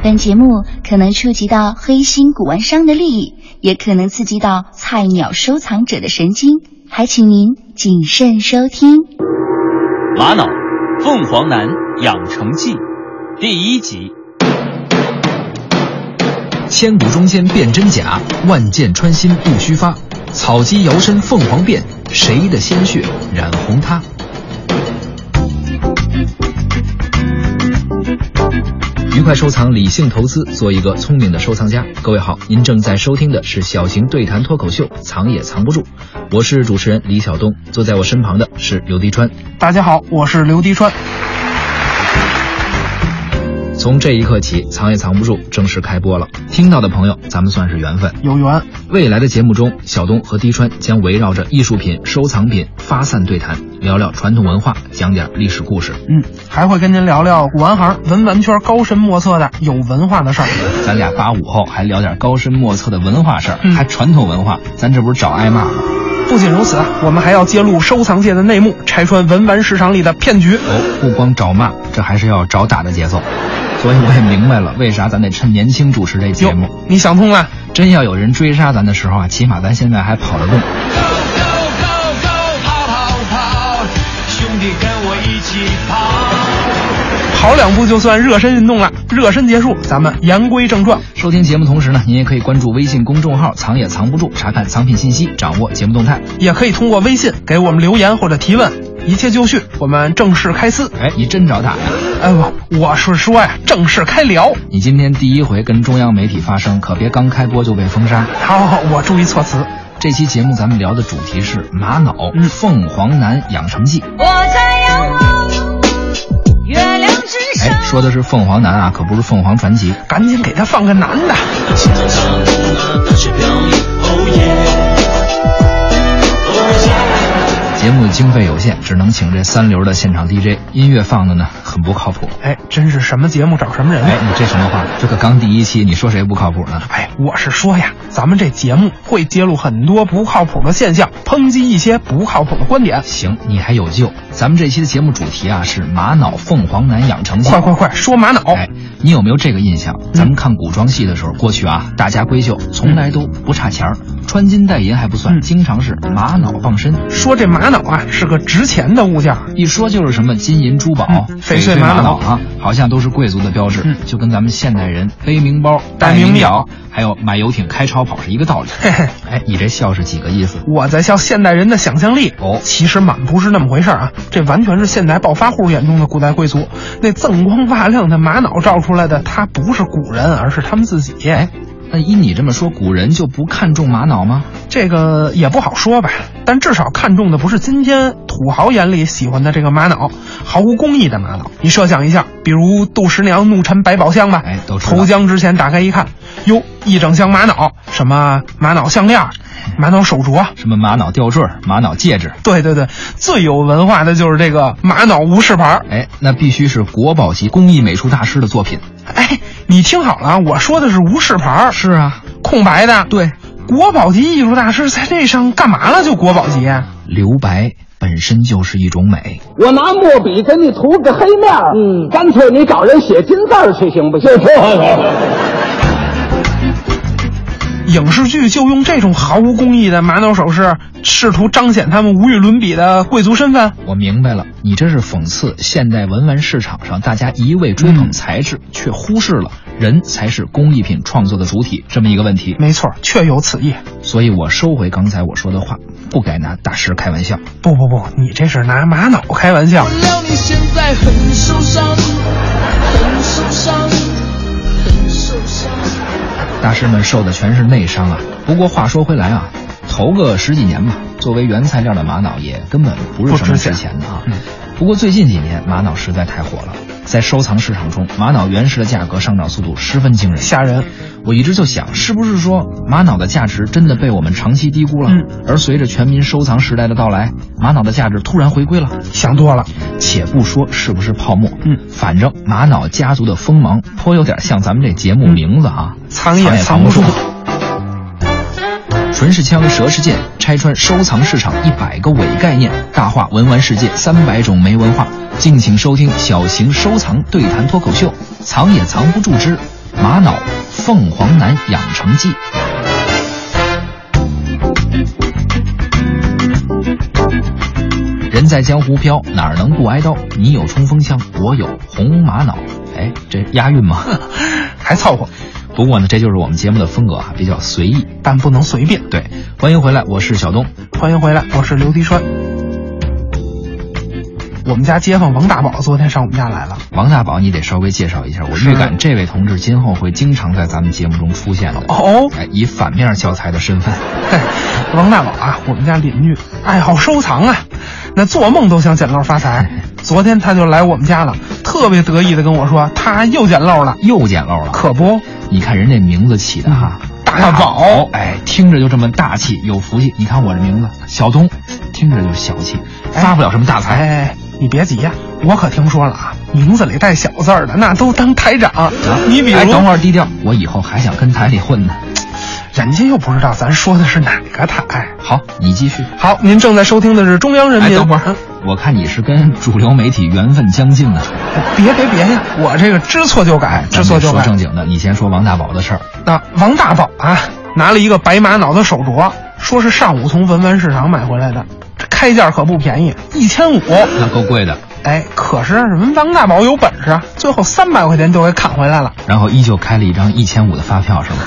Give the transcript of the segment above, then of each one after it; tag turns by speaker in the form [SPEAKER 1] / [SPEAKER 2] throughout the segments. [SPEAKER 1] 本节目可能触及到黑心古玩商的利益，也可能刺激到菜鸟收藏者的神经，还请您谨慎收听。
[SPEAKER 2] 玛瑙，《凤凰男养成记》第一集。
[SPEAKER 3] 千古忠奸辨真假，万箭穿心不虚发。草鸡摇身凤凰变，谁的鲜血染红它？愉快收藏，理性投资，做一个聪明的收藏家。各位好，您正在收听的是小型对谈脱口秀《藏也藏不住》，我是主持人李晓东，坐在我身旁的是刘迪川。
[SPEAKER 4] 大家好，我是刘迪川。
[SPEAKER 3] 从这一刻起，《藏也藏不住》正式开播了。听到的朋友，咱们算是缘分。
[SPEAKER 4] 有缘，
[SPEAKER 3] 未来的节目中，小东和滴川将围绕着艺术品、收藏品发散对谈，聊聊传统文化，讲点历史故事。
[SPEAKER 4] 嗯，还会跟您聊聊古玩行文玩圈高深莫测的有文化的事儿。
[SPEAKER 3] 咱俩八五后还聊点高深莫测的文化事儿，
[SPEAKER 4] 嗯
[SPEAKER 3] 还传统文化，咱这不是找挨骂吗？
[SPEAKER 4] 不仅如此，我们还要揭露收藏界的内幕，拆穿文玩市场里的骗局。
[SPEAKER 3] 哦，不光找骂，这还是要找打的节奏。嗯所以我也明白了，为啥咱得趁年轻主持这
[SPEAKER 4] 嗯
[SPEAKER 3] 节
[SPEAKER 4] 哟
[SPEAKER 3] 目。，
[SPEAKER 4] 你想通了？
[SPEAKER 3] 真要有人追杀咱的时候啊，起码咱现在还跑得动。
[SPEAKER 4] 跑两步就算热身运动了。热身结束，咱们言归正传。
[SPEAKER 3] 收听节目同时呢，您也可以关注微信公众号“藏也藏不住”，查看藏品信息，掌握节目动态。
[SPEAKER 4] 也可以通过微信给我们留言或者提问。一切就绪，我们正式开撕。
[SPEAKER 3] 哎，你真找打呀？
[SPEAKER 4] 哎，不，我是说呀，正式开聊。
[SPEAKER 3] 你今天第一回跟中央媒体发声，可别刚开播就被封杀。
[SPEAKER 4] 好好好，我注意措辞。
[SPEAKER 3] 这期节目咱们聊的主题是玛瑙《
[SPEAKER 4] 嗯
[SPEAKER 3] 凤凰男养成记》。
[SPEAKER 5] 我在仰望月亮之上。
[SPEAKER 3] 哎，说的是凤凰男啊，可不是凤凰传奇。
[SPEAKER 4] 赶紧给他放个男的。
[SPEAKER 3] 节目经费有限，只能请这三流的现场 DJ，音乐放的呢很不靠谱。
[SPEAKER 4] 哎，真是什么节目找什么人
[SPEAKER 3] 哎
[SPEAKER 4] 啊。，
[SPEAKER 3] 你这什么话？这可刚第一期，你说谁不靠谱呢？
[SPEAKER 4] 哎，我是说呀，咱们这节目会揭露很多不靠谱的现象，抨击一些不靠谱的观点。
[SPEAKER 3] 行，你还有救。咱们这期的节目主题啊是玛瑙凤凰男养成记。
[SPEAKER 4] 快快快，说玛瑙！
[SPEAKER 3] 哎，你有没有这个印象？咱们看古装戏的时候，过去啊，大家闺秀从来都不差钱儿，穿金戴银还不算，
[SPEAKER 4] 嗯
[SPEAKER 3] 经常是玛瑙傍身。
[SPEAKER 4] 说这玛瑙啊是个值钱的物件儿，
[SPEAKER 3] 一说就是什么金银珠宝、
[SPEAKER 4] 嗯
[SPEAKER 3] 翡
[SPEAKER 4] 翡翠
[SPEAKER 3] 翠哦玛
[SPEAKER 4] 玛
[SPEAKER 3] 瑙
[SPEAKER 4] 瑙
[SPEAKER 3] 啊，好像都是贵族的标志，
[SPEAKER 4] 嗯
[SPEAKER 3] 就跟咱们现代人背名包、
[SPEAKER 4] 戴
[SPEAKER 3] 名
[SPEAKER 4] 名
[SPEAKER 3] 表，还有买游艇、开超跑是一个道理。
[SPEAKER 4] 嘿嘿。
[SPEAKER 3] 哎，你这笑是几个意思？
[SPEAKER 4] 我在笑现代人的想象力
[SPEAKER 3] 哦
[SPEAKER 4] 其实满不是那么回事儿啊，这完全是现代暴发户眼中的古代贵族，那锃光瓦亮的玛瑙照出来的，他不是古人，而是他们自己。
[SPEAKER 3] 哎那依你这么说，古人就不看重玛瑙吗？
[SPEAKER 4] 这个也不好说吧，但至少看中的不是今天土豪眼里喜欢的这个玛瑙，毫无工艺的玛瑙。你设想一下，比如杜十娘怒沉百宝箱吧，
[SPEAKER 3] 哎都知道
[SPEAKER 4] 投江之前打开一看，哟，一整箱玛瑙，什么玛瑙项链、玛瑙手镯，
[SPEAKER 3] 什么玛瑙吊坠、玛瑙戒指？
[SPEAKER 4] 对对对，最有文化的就是这个玛瑙无饰牌儿。
[SPEAKER 3] 哎，那必须是国宝级工艺美术大师的作品。
[SPEAKER 4] 哎，你听好了啊，我说的是无饰牌儿，
[SPEAKER 3] 是啊，
[SPEAKER 4] 空白的。
[SPEAKER 3] 对，
[SPEAKER 4] 国宝级艺术大师在这上干嘛了？就国宝级？啊
[SPEAKER 3] 留白本身就是一种美。
[SPEAKER 6] 我拿墨笔给你涂个黑面嗯，干脆你找人写金字儿去，行不行？
[SPEAKER 4] 影视剧就用这种毫无工艺的玛瑙首饰，试图彰显他们无与伦比的贵族身份。
[SPEAKER 3] 我明白了，你这是讽刺现代文玩市场上大家一味追捧材质，却忽视了人才是工艺品创作的主体这么一个问题。
[SPEAKER 4] 没错，确有此意。
[SPEAKER 3] 所以我收回刚才我说的话，不该拿大师开玩笑。
[SPEAKER 4] 不不不，你这是拿玛瑙开玩笑。
[SPEAKER 7] 料你现在很受伤，很受伤，很受伤。
[SPEAKER 3] 大师们受的全是内伤啊。不过话说回来啊，头个十几年吧，作为原材料
[SPEAKER 4] 嗯
[SPEAKER 3] 的玛瑙也根本不是什么值钱的啊。不过最近几年，玛瑙实在太火了，在收藏市场中，玛瑙原石的价格上涨速度十分惊人，
[SPEAKER 4] 吓人。
[SPEAKER 3] 我一直就想，是不是说玛瑙的价值真的被我们长期低估了？
[SPEAKER 4] 嗯
[SPEAKER 3] 而随着全民收藏时代的到来，玛瑙的价值突然回归了。
[SPEAKER 4] 想多了，
[SPEAKER 3] 且不说是不是泡沫，
[SPEAKER 4] 嗯
[SPEAKER 3] 反正玛瑙家族的锋芒颇有点像咱们这节目名字啊，
[SPEAKER 4] 藏也
[SPEAKER 3] 也
[SPEAKER 4] 藏不
[SPEAKER 3] 哎不
[SPEAKER 4] 住。
[SPEAKER 3] 唇是枪，舌是剑，拆穿收藏市场一百个伪概念，大话文玩世界三百种没文化。敬请收听小型收藏对谈脱口秀，《藏也藏不住之玛瑙凤凰男养成记》。人在江湖飘，哪儿能不挨刀？你有冲锋枪，我有红玛瑙。哎，这押韵吗？
[SPEAKER 4] 还凑合，
[SPEAKER 3] 不过呢，这就是我们节目的风格啊，比较随意。
[SPEAKER 4] 但不能随便。
[SPEAKER 3] 对，欢迎回来，我是小东。
[SPEAKER 4] 欢迎回来，我是刘迪川。我们家街坊王大宝昨天上我们家来了，
[SPEAKER 3] 王大宝，你得稍微介绍一下，我预感这位同志今后会经常在咱们节目中出现的。
[SPEAKER 4] 哦
[SPEAKER 3] 哎，以反面教材的身份，
[SPEAKER 4] 嘿， 王大宝啊，我们家邻居，爱好收藏啊，那做梦都想捡漏发财。昨天他就来我们家了，特别得意的跟我说，他又捡漏了。
[SPEAKER 3] 又捡漏了。
[SPEAKER 4] 可不，
[SPEAKER 3] 你看人这名字起的哈，
[SPEAKER 4] 大宝
[SPEAKER 3] 哎，听着就这么大气有福气。你看我这名字，小东，听着就小气，发不了什么大财。
[SPEAKER 4] 哎，你别急呀、我可听说了啊，名字里带小字儿的那都当台长。你比如，
[SPEAKER 3] 哎，等会儿低调，我以后还想跟台里混呢。
[SPEAKER 4] 人家又不知道咱说的是哪个台。
[SPEAKER 3] 好，你继续。
[SPEAKER 4] 好，您正在收听的是中央人
[SPEAKER 3] 哎，
[SPEAKER 4] 民。
[SPEAKER 3] 等会儿，我看你是跟主流媒体缘分将尽了。
[SPEAKER 4] 别别别呀！我这个知错就改，知
[SPEAKER 3] 咱
[SPEAKER 4] 错
[SPEAKER 3] 们
[SPEAKER 4] 就
[SPEAKER 3] 说
[SPEAKER 4] 改
[SPEAKER 3] 正。经的，哎你先说王大宝的事儿。
[SPEAKER 4] 那王大宝啊，拿了一个白玛瑙的手镯，说是上午从文玩市场买回来的，这开价可不便宜，一千五。
[SPEAKER 3] 那够贵的。
[SPEAKER 4] 哎，可是人王大宝有本事啊，最后三百块钱就给砍回来了。
[SPEAKER 3] 然后依旧开了一张一千五的发票，是吗？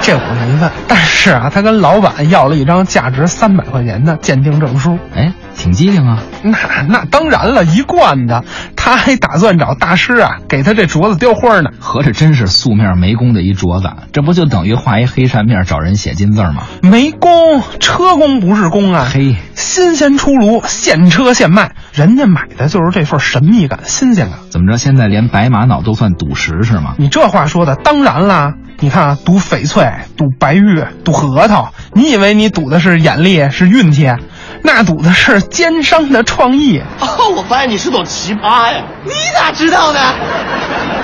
[SPEAKER 4] 这我没问，但是啊，他跟老板要了一张价值三百块钱的鉴定证书。
[SPEAKER 3] 哎，挺机灵啊！
[SPEAKER 4] 那那当然了，一贯的，他还打算找大师啊，给他这镯子雕花呢。
[SPEAKER 3] 合着真是素面没工的一镯子，这不就等于画一黑扇面找人写金字儿吗？
[SPEAKER 4] 没工，车工不是工啊！
[SPEAKER 3] 嘿，
[SPEAKER 4] 新鲜出炉，现车现卖，人家买的就是这份神秘感、新鲜感。
[SPEAKER 3] 怎么着，现在连白玛瑙都算赌石是吗？
[SPEAKER 4] 你这话说的，当然啦！你看啊，赌翡翠、赌白玉、赌核桃，你以为你赌的是眼力、是运气？啊那赌的是奸商的创意。
[SPEAKER 8] 哦，我发现你是朵奇葩呀！你咋知道的？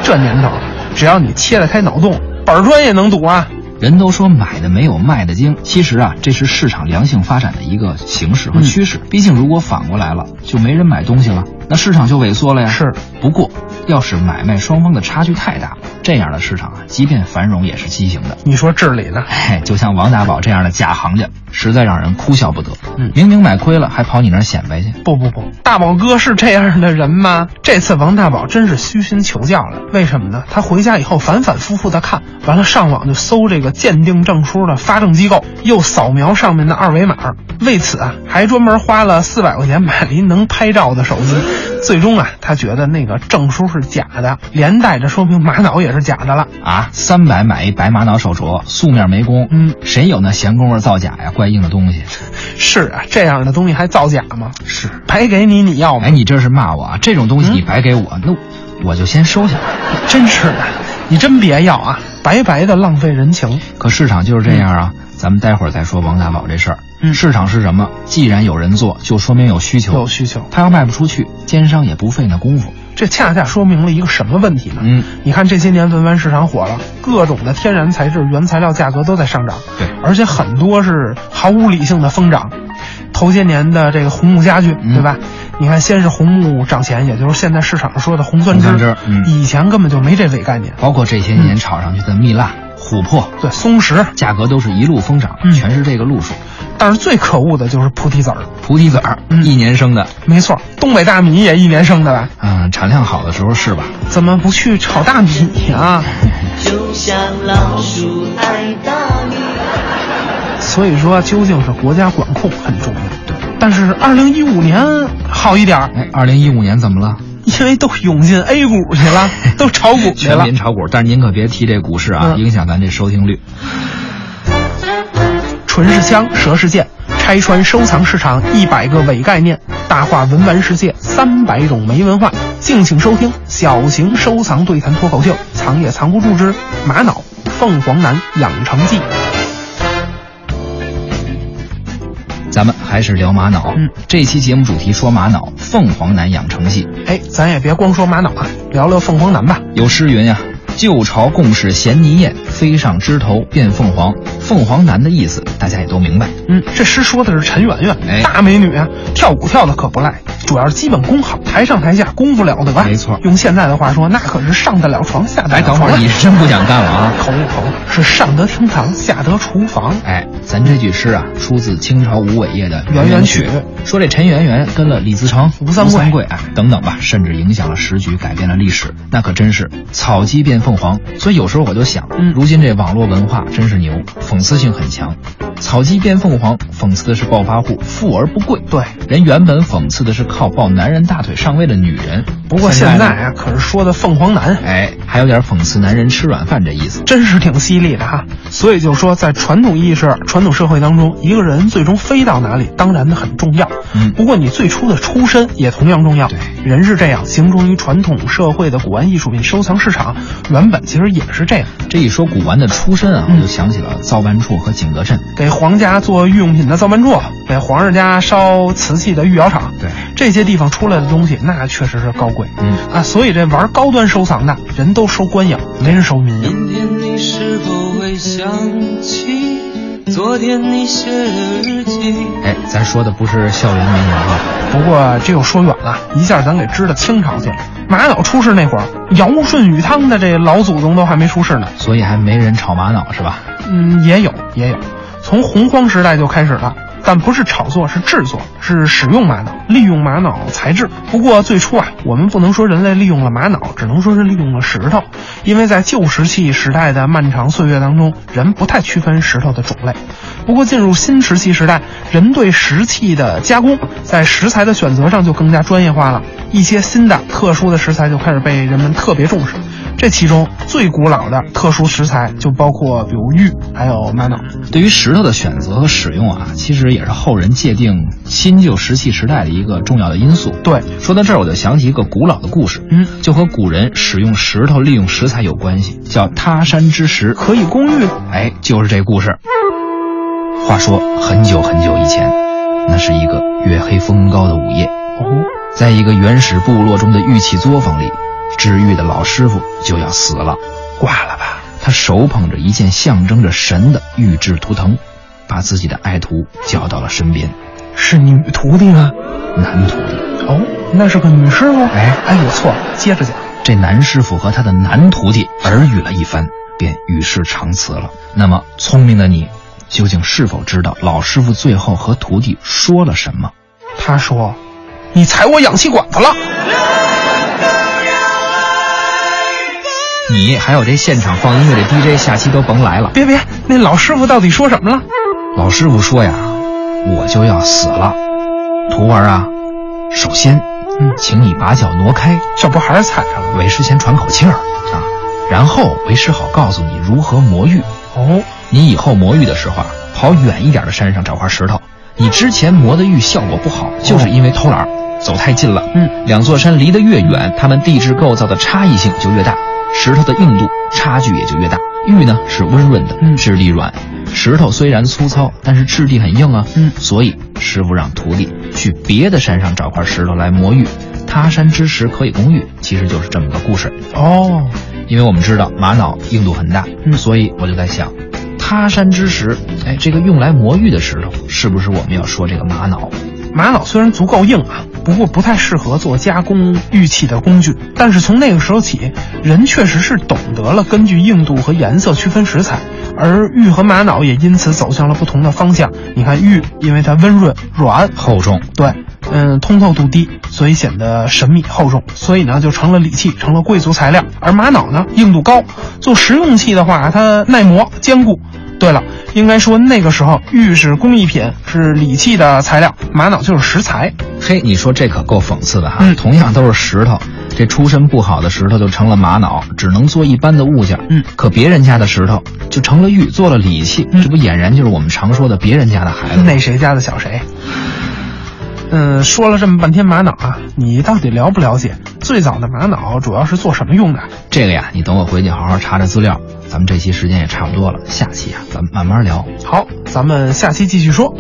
[SPEAKER 4] 这年头，只要你切得开脑洞，板砖也能赌啊！
[SPEAKER 3] 人都说买的没有卖的精，其实啊，这是市场良性发展的一个形式和趋势。毕竟如果反过来了，就没人买东西了，那市场就萎缩了呀。
[SPEAKER 4] 是，
[SPEAKER 3] 不过要是买卖双方的差距太大，这样的市场啊，即便繁荣也是畸形的。
[SPEAKER 4] 你说治理呢？
[SPEAKER 3] 哎，就像王大宝这样的假行家，实在让人哭笑不得。
[SPEAKER 4] 嗯
[SPEAKER 3] 明明买亏了，还跑你那儿显摆去。
[SPEAKER 4] 不不不，大宝哥是这样的人吗？这次王大宝真是虚心求教了。为什么呢？他回家以后反反复复的看，完了上网就搜这个鉴定证书的发证机构，又扫描上面的二维码。为此啊，还专门花了四百块钱买了一能拍照的手机。最终啊，他觉得那个证书是假的，连带着说明玛瑙也是假的了。
[SPEAKER 3] 啊，三百买一白玛瑙手镯，素面没工。
[SPEAKER 4] 嗯，
[SPEAKER 3] 谁有那闲工夫造假呀？怪硬的东西。
[SPEAKER 4] 是啊，这样的东西还造假吗？
[SPEAKER 3] 是。
[SPEAKER 4] 白给你，你要吗
[SPEAKER 3] 哎，？你这是骂我啊！这种东西
[SPEAKER 4] 嗯
[SPEAKER 3] 你白给我，那我就先收下来。
[SPEAKER 4] 真是的，你真别要啊，白白的浪费人情。
[SPEAKER 3] 可市场就是这样啊，咱们待会儿再说王大宝这事儿。
[SPEAKER 4] 嗯
[SPEAKER 3] 市场是什么？既然有人做，就说明有需求。
[SPEAKER 4] 有需求
[SPEAKER 3] 他要卖不出去，奸商也不费那功夫。
[SPEAKER 4] 这恰恰说明了一个什么问题呢？
[SPEAKER 3] 嗯，
[SPEAKER 4] 你看这些年文玩市场火了，各种的天然材质、原材料价格都在上涨，
[SPEAKER 3] 对
[SPEAKER 4] 而且很多是毫无理性的疯涨。头些年的这个红木家具，
[SPEAKER 3] 嗯
[SPEAKER 4] 对吧？你看，先是红木涨钱，也就是现在市场上说的红酸枝，
[SPEAKER 3] 红酸枝嗯
[SPEAKER 4] 以前根本就没这伪概念。
[SPEAKER 3] 包括这些
[SPEAKER 4] 嗯
[SPEAKER 3] 年炒上去的蜜蜡、琥珀，
[SPEAKER 4] 对，松石，
[SPEAKER 3] 价格都是一路疯涨，
[SPEAKER 4] 嗯
[SPEAKER 3] 全是这个路数。
[SPEAKER 4] 但是最可恶的就是菩提子儿，
[SPEAKER 3] 菩提子儿、
[SPEAKER 4] 嗯
[SPEAKER 3] 一年生的，
[SPEAKER 4] 没错，东北大米也一年生的吧？
[SPEAKER 3] 嗯，产量好的时候是吧？
[SPEAKER 4] 怎么不去炒大米啊？
[SPEAKER 7] 就像老鼠爱大米。
[SPEAKER 4] 所以说，究竟是国家管控很重要。但是二零一五年好一点儿，
[SPEAKER 3] 哎，二零一五年怎么了？
[SPEAKER 4] 因为都涌进 A 股去了，都炒股去
[SPEAKER 3] 全
[SPEAKER 4] 了
[SPEAKER 3] 民。炒股，但是您可别提这股市啊，
[SPEAKER 4] 嗯
[SPEAKER 3] 影响咱这收听率。
[SPEAKER 4] 唇是枪，舌是剑，拆穿收藏市场一百个伪概念，大话文玩世界三百种没文化。敬请收听小型收藏对谈脱口秀《藏也藏不住之玛瑙凤凰男养成记》。
[SPEAKER 3] 咱们还是聊玛瑙。
[SPEAKER 4] 嗯，
[SPEAKER 3] 这期节目主题说玛瑙，凤凰男养成记。
[SPEAKER 4] 哎，咱也别光说玛瑙啊，聊聊凤凰男吧。
[SPEAKER 3] 有诗云呀、旧朝共是衔泥燕，飞上枝头变凤凰。凤凰男的意思大家也都明白。
[SPEAKER 4] 嗯，这诗说的是陈圆圆，
[SPEAKER 3] 哎
[SPEAKER 4] 大美女啊，跳舞跳的可不赖，主要是基本功好，台上台下功夫了得啊。
[SPEAKER 3] 没错
[SPEAKER 4] 用现在的话说，那可是上得了床，下得
[SPEAKER 3] 哎，
[SPEAKER 4] 了
[SPEAKER 3] 等
[SPEAKER 4] 床
[SPEAKER 3] 会
[SPEAKER 4] 啊。
[SPEAKER 3] 儿你真不想干了啊？
[SPEAKER 4] 口误口误是上得厅堂，下得厨房。
[SPEAKER 3] 哎，咱这句诗啊，出自清朝吴伟业的《
[SPEAKER 4] 圆
[SPEAKER 3] 圆
[SPEAKER 4] 圆
[SPEAKER 3] 曲
[SPEAKER 4] 曲》，
[SPEAKER 3] 说这陈圆圆跟了李自成、
[SPEAKER 4] 吴三桂
[SPEAKER 3] 桂哎等等吧，甚至影响了时局，改变了历史，那可真是草鸡变凤凰。所以有时候我就想，
[SPEAKER 4] 嗯
[SPEAKER 3] 如今这网络文化真是牛，讽刺性很强。草鸡变凤凰，讽刺的是暴发户富而不贵，
[SPEAKER 4] 对，
[SPEAKER 3] 人原本讽刺的是靠抱男人大腿上位的女人，
[SPEAKER 4] 不过现在
[SPEAKER 3] 呢
[SPEAKER 4] 啊，可是说的凤凰男，
[SPEAKER 3] 哎，还有点讽刺男人吃软饭这意思。
[SPEAKER 4] 真是挺犀利的哈。所以就说，在传统意识、传统社会当中，一个人最终飞到哪里，当然的很重要。
[SPEAKER 3] 嗯
[SPEAKER 4] 不过你最初的出身也同样重要。
[SPEAKER 3] 对
[SPEAKER 4] 人是这样，形成于传统社会的古玩艺术品收藏市场，原本其实也是这样，
[SPEAKER 3] 这一说古玩的出身
[SPEAKER 4] 嗯
[SPEAKER 3] 啊，我就想起了造办处和景德镇。
[SPEAKER 4] 给皇家做御用品的造办处，给皇上家烧瓷器的御窑厂，
[SPEAKER 3] 对，
[SPEAKER 4] 这些地方出来的东西，那确实是高贵。
[SPEAKER 3] 嗯
[SPEAKER 4] 啊，所以这玩高端收藏的人都收官养，没人收民营。
[SPEAKER 7] 明天你是否会想起昨天你写的日记？
[SPEAKER 3] 哎，咱说的不是校园民谣啊，
[SPEAKER 4] 不过这又说远了，一下咱给支到清朝去了。玛瑙出世那会儿，尧舜禹汤的这老祖宗都还没出世呢。
[SPEAKER 3] 所以还没人炒玛瑙是吧？
[SPEAKER 4] 嗯，也有也有，从洪荒时代就开始了，但不是炒作，是制作，是使用玛瑙，利用玛瑙材质。不过最初啊，我们不能说人类利用了玛瑙，只能说是利用了石头，因为在旧石器时代的漫长岁月当中，人不太区分石头的种类。不过进入新石器时代，人对石器的加工，在石材的选择上就更加专业化了，一些新的特殊的石材就开始被人们特别重视。这其中最古老的特殊石材就包括比如玉，还有玛瑙。
[SPEAKER 3] 对于石头的选择和使用啊，其实也是后人界定新旧石器时代的一个重要的因素。
[SPEAKER 4] 对，
[SPEAKER 3] 说到这儿，我就想起一个古老的故事，
[SPEAKER 4] 嗯
[SPEAKER 3] 就和古人使用石头、利用石材有关系，叫他山之石，可以攻玉。哎，就是这故事。话说很久很久以前，那是一个月黑风高的午夜，
[SPEAKER 4] 哦，
[SPEAKER 3] 在一个原始部落中的玉器作坊里，治玉的老师傅就要死了。
[SPEAKER 4] 挂了吧。
[SPEAKER 3] 他手捧着一件象征着神的玉制图腾，把自己的爱徒叫到了身边。
[SPEAKER 4] 是女徒弟吗？
[SPEAKER 3] 男徒弟，
[SPEAKER 4] 哦，那是个女师傅。
[SPEAKER 3] 哎
[SPEAKER 4] 哎，我错了，接着讲。
[SPEAKER 3] 这男师傅和他的男徒弟耳语了一番，便与世长辞了。那么，聪明的你，究竟是否知道老师傅最后和徒弟说了什么？
[SPEAKER 4] 他说：“你踩我氧气管子了。
[SPEAKER 3] 你还有这现场放音乐的 DJ，下期都甭来了”。
[SPEAKER 4] 别别，那老师傅到底说什么了？
[SPEAKER 3] 老师傅说呀，我就要死了，徒儿啊，首先，嗯，请你把脚挪开，
[SPEAKER 4] 这不还是踩上了吗？
[SPEAKER 3] 为师先喘口气儿啊，然后为师好告诉你如何磨玉。
[SPEAKER 4] 哦，
[SPEAKER 3] 你以后磨玉的时候啊，跑远一点的山上找块石头。你之前磨的玉效果不好，就是因为偷懒儿，走太近了。
[SPEAKER 4] 嗯，
[SPEAKER 3] 两座山离得越远，它们地质构造的差异性就越大，石头的硬度差距也就越大。玉呢是温润的，
[SPEAKER 4] 嗯
[SPEAKER 3] 质地软。石头虽然粗糙，但是质地很硬啊。
[SPEAKER 4] 嗯
[SPEAKER 3] 所以师傅让徒弟去别的山上找块石头来磨玉。他山之石可以攻玉，其实就是这么个故事。
[SPEAKER 4] 哦，
[SPEAKER 3] 因为我们知道玛瑙硬度很大，
[SPEAKER 4] 嗯
[SPEAKER 3] 所以我就在想，他山之石，哎，这个用来磨玉的石头，是不是我们要说这个玛瑙？
[SPEAKER 4] 玛瑙虽然足够硬啊，不过不太适合做加工玉器的工具。但是从那个时候起，人确实是懂得了根据硬度和颜色区分石材，而玉和玛瑙也因此走向了不同的方向。你看玉，因为它温润软，
[SPEAKER 3] 厚重，
[SPEAKER 4] 对，嗯，通透度低，所以显得神秘厚重，所以呢就成了礼器，成了贵族材料。而玛瑙呢，硬度高，做实用器的话，它耐磨坚固。对了，应该说那个时候玉是工艺品，是礼器的材料，玛瑙就是石材。
[SPEAKER 3] 嘿，你说这可够讽刺的哈！
[SPEAKER 4] 嗯
[SPEAKER 3] 同样都是石头，这出身不好的石头就成了玛瑙，只能做一般的物件。
[SPEAKER 4] 嗯，
[SPEAKER 3] 可别人家的石头就成了玉，做了礼器，
[SPEAKER 4] 嗯
[SPEAKER 3] 哎这不俨然就是我们常说的别人家的孩子？
[SPEAKER 4] 那谁家的小谁？嗯，说了这么半天玛瑙啊，你到底了不了解？最早的玛瑙主要是做什么用的？
[SPEAKER 3] 这个呀，你等我回去好好查查资料。咱们这期时间也差不多了，下期啊，咱们慢慢聊。
[SPEAKER 4] 好，咱们下期继续说。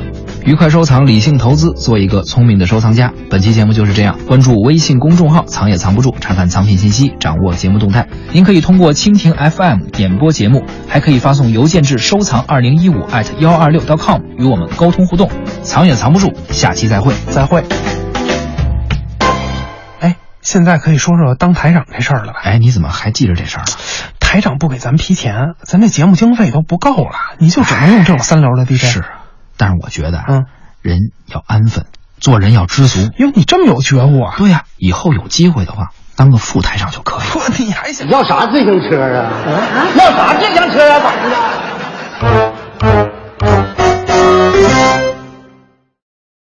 [SPEAKER 3] 愉快收藏，理性投资，做一个聪明的收藏家。本期节目就是这样，关注微信公众号“藏也藏不住”，查看藏品信息，掌握节目动态。您可以通过蜻蜓 FM 点播节目，还可以发送邮件至收藏二零一五 at 幺二六 .com 与我们沟通互动。藏也藏不住，下期再会。
[SPEAKER 4] 再会。哎，现在可以说说当台长这事儿了吧？
[SPEAKER 3] 哎，你怎么还记着这事儿呢？
[SPEAKER 4] 台长不给咱批钱，咱这节目经费都不够了，你就只能用这种三流的 DJ。
[SPEAKER 3] 是，啊但是我觉得啊，
[SPEAKER 4] 嗯
[SPEAKER 3] 人要安分，做人要知足。
[SPEAKER 4] 哟，你这么有觉悟啊！
[SPEAKER 3] 对呀、以后有机会的话，当个副台长就可以了。
[SPEAKER 4] 不，你还想
[SPEAKER 6] 要啥自行车啊？要啥自行车啊？咋的？